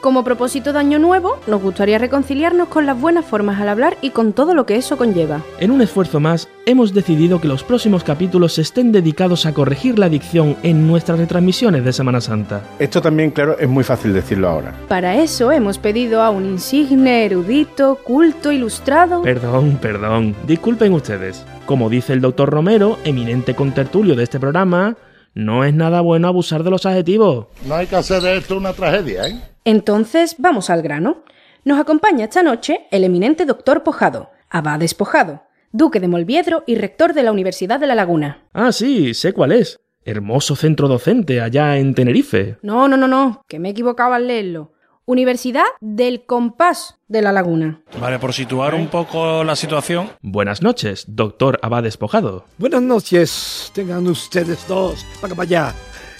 Como propósito de Año Nuevo, nos gustaría reconciliarnos con las buenas formas al hablar y con todo lo que eso conlleva. En un esfuerzo más, hemos decidido que los próximos capítulos estén dedicados a corregir la adicción en nuestras retransmisiones de Semana Santa. Esto también, claro, es muy fácil decirlo ahora. Para eso hemos pedido a un insigne, erudito, culto, ilustrado... Eh. Perdón, perdón, disculpen ustedes. Como dice el doctor Romero, eminente contertulio de este programa, no es nada bueno abusar de los adjetivos. No hay que hacer de esto una tragedia, ¿eh? Entonces, vamos al grano. Nos acompaña esta noche el eminente doctor Pojado, abad despojado, duque de Molviedro y rector de la Universidad de La Laguna. Ah, sí, sé cuál es. Hermoso centro docente allá en Tenerife. No, no, no, no, que me he equivocado al leerlo. Universidad del Compás de La Laguna. Vale, por situar un poco la situación. Buenas noches, doctor Abad Despojado. Buenas noches, tengan ustedes dos. Para allá.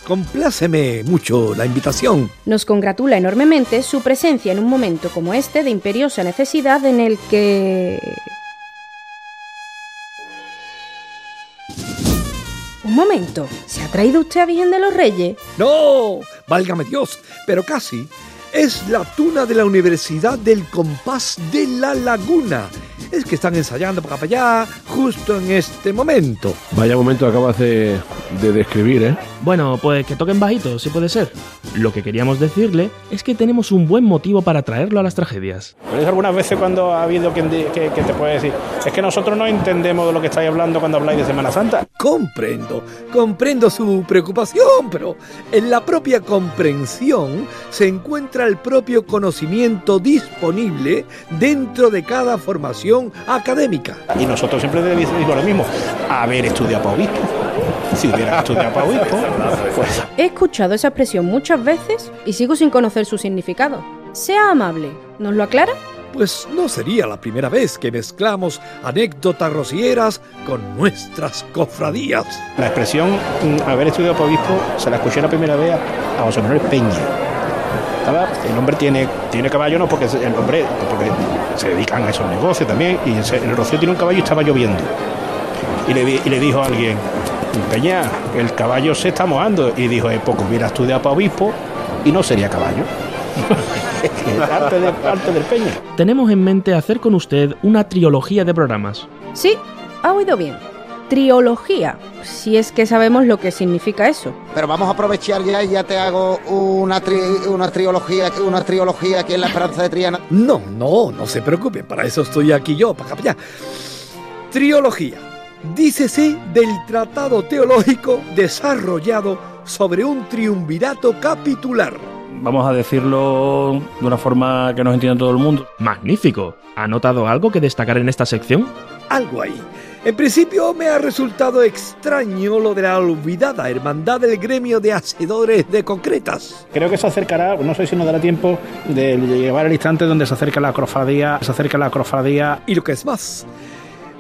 Compláceme mucho la invitación. Nos congratula enormemente su presencia en un momento como este de imperiosa necesidad en el que... Un momento, ¿se ha traído usted a Virgen de los Reyes? No, válgame Dios, pero casi. Es la tuna de la Universidad del Compás de la Laguna. Es que están ensayando para allá justo en este momento. Vaya momento acabas de, de describir, ¿eh? Bueno, pues que toquen bajito, si puede ser. Lo que queríamos decirle es que tenemos un buen motivo para traerlo a las tragedias. Pero eso algunas veces cuando ha habido quien di- que, que te puede decir, es que nosotros no entendemos de lo que estáis hablando cuando habláis de Semana Santa. Comprendo, comprendo su preocupación, pero en la propia comprensión se encuentra el propio conocimiento disponible dentro de cada formación académica. Y nosotros siempre le digo lo mismo, haber estudiado para obispo. Si hubiera estudiado para obispo, pues He escuchado esa expresión muchas veces y sigo sin conocer su significado. Sea amable, ¿nos lo aclara? Pues no sería la primera vez que mezclamos anécdotas rocieras con nuestras cofradías. la expresión mm, haber estudiado para obispo se la escuché la primera vez a a José Manuel Peña. Estaba- El hombre tiene, tiene caballo, no porque se- el hombre porque se dedican a esos negocios también. Y se- el Rocío tiene un caballo y estaba lloviendo. Y le, di- y le dijo a alguien, Peña, el caballo se está mojando. Y dijo, eh, pues hubiera estudiado para obispo y no sería caballo. arte, de, arte del Peña. Tenemos en mente hacer con usted una trilogía de programas. Sí, ha oído bien. Triología, si es que sabemos lo que significa eso. Pero vamos a aprovechar ya y ya te hago una, tri- una triología, una triología aquí en la Esperanza de Triana. No, no, no se preocupen, para eso estoy aquí yo, para allá. Triología. Dícese del tratado teológico desarrollado sobre un triunvirato capitular. Vamos a decirlo de una forma que nos entienda todo el mundo. Magnífico. ¿Ha notado algo que destacar en esta sección? Algo ahí. En principio me ha resultado extraño lo de la olvidada hermandad del gremio de hacedores de concretas. Creo que se acercará, no sé si nos dará tiempo de llevar el instante donde se acerca la cofradía, se acerca la cofradía Y lo que es más,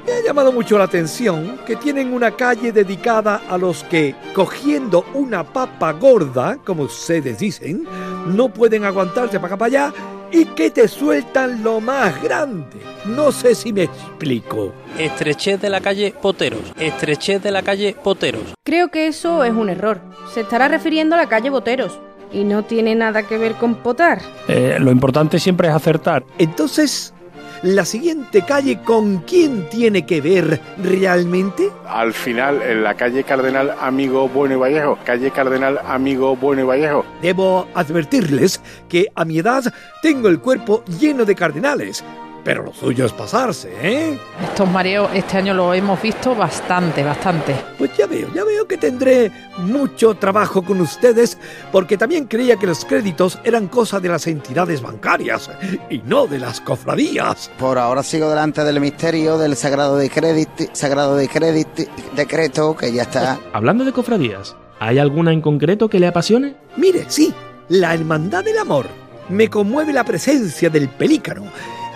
me ha llamado mucho la atención que tienen una calle dedicada a los que, cogiendo una papa gorda, como ustedes dicen, no pueden aguantarse para acá para allá y que te sueltan lo más grande. No sé si me explico. Estrechez de la calle Poteros. Estrechez de la calle Poteros. Creo que eso es un error. Se estará refiriendo a la calle Boteros y no tiene nada que ver con potar. Eh, lo importante siempre es acertar. Entonces, ¿la siguiente calle con quién tiene que ver realmente? Al final, en la calle Cardenal Amigo Bueno y Vallejo, calle Cardenal Amigo Bueno y Vallejo. Debo advertirles que a mi edad tengo el cuerpo lleno de cardenales, pero lo suyo es pasarse, ¿eh? Estos mareos este año lo hemos visto bastante, bastante. Pues ya veo, ya veo que tendré mucho trabajo con ustedes, porque también creía que los créditos eran cosa de las entidades bancarias y no de las cofradías. Por ahora sigo delante del misterio del sagrado de crédito, sagrado de crédito, decreto que ya está. Hablando de cofradías, ¿hay alguna en concreto que le apasione? Mire, sí, la hermandad del amor. Me conmueve la presencia del pelícano.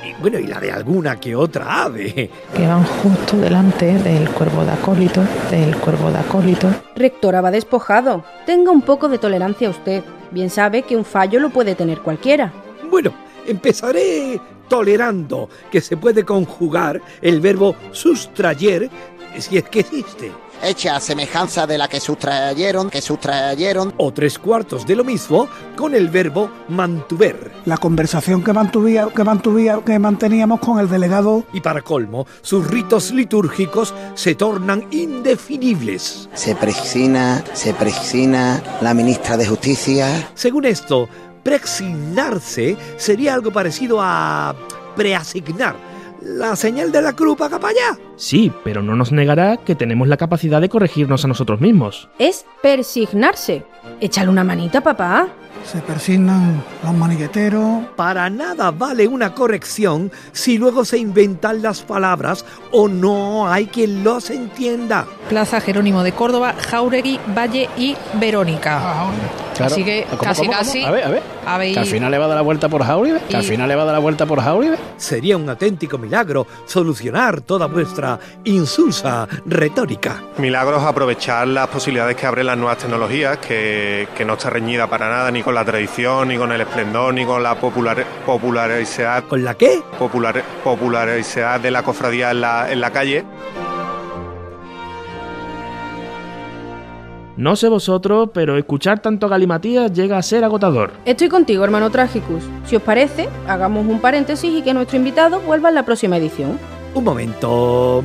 Y bueno, y la de alguna que otra ave. Que van justo delante del cuervo de acólito, del cuervo de acólito. Rectora va despojado. Tenga un poco de tolerancia usted. Bien sabe que un fallo lo puede tener cualquiera. Bueno, empezaré tolerando que se puede conjugar el verbo sustrayer si es que existe. hecha a semejanza de la que sustrayeron, que sustrayeron. O tres cuartos de lo mismo con el verbo mantuver. La conversación que, mantuvía, que, mantuvía, que manteníamos con el delegado. Y para colmo, sus ritos litúrgicos se tornan indefinibles. Se presina, se presina la ministra de Justicia. Según esto, prexignarse sería algo parecido a preasignar. La señal de la cruz para allá. Sí, pero no nos negará que tenemos la capacidad de corregirnos a nosotros mismos. Es persignarse. Échale una manita, papá. Se persignan los manigueteros. Para nada vale una corrección si luego se inventan las palabras o no hay quien los entienda. Plaza Jerónimo de Córdoba, Jauregui, Valle y Verónica. Claro. Así que ¿Cómo, casi, cómo, cómo? casi. A ver, a ver. Habéis- Que al final le va a dar la vuelta por Jauribe. Que al Y- final le va a dar la vuelta por Jauribe. Sería un auténtico milagro solucionar toda vuestra insulsa retórica. Milagros aprovechar las posibilidades que abren las nuevas tecnologías, que, que no está reñida para nada ni con la tradición, ni con el esplendor, ni con la popular, popularidad. ¿Con la qué? Popular, popularidad de la cofradía en la, en la calle. No sé vosotros, pero escuchar tanto galimatías llega a ser agotador. Estoy contigo, hermano Trágicus. Si os parece, hagamos un paréntesis y que nuestro invitado vuelva en la próxima edición. Un momento.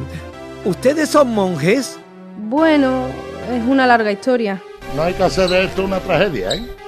¿Ustedes son monjes? Bueno, es una larga historia. No hay que hacer de esto una tragedia, ¿eh?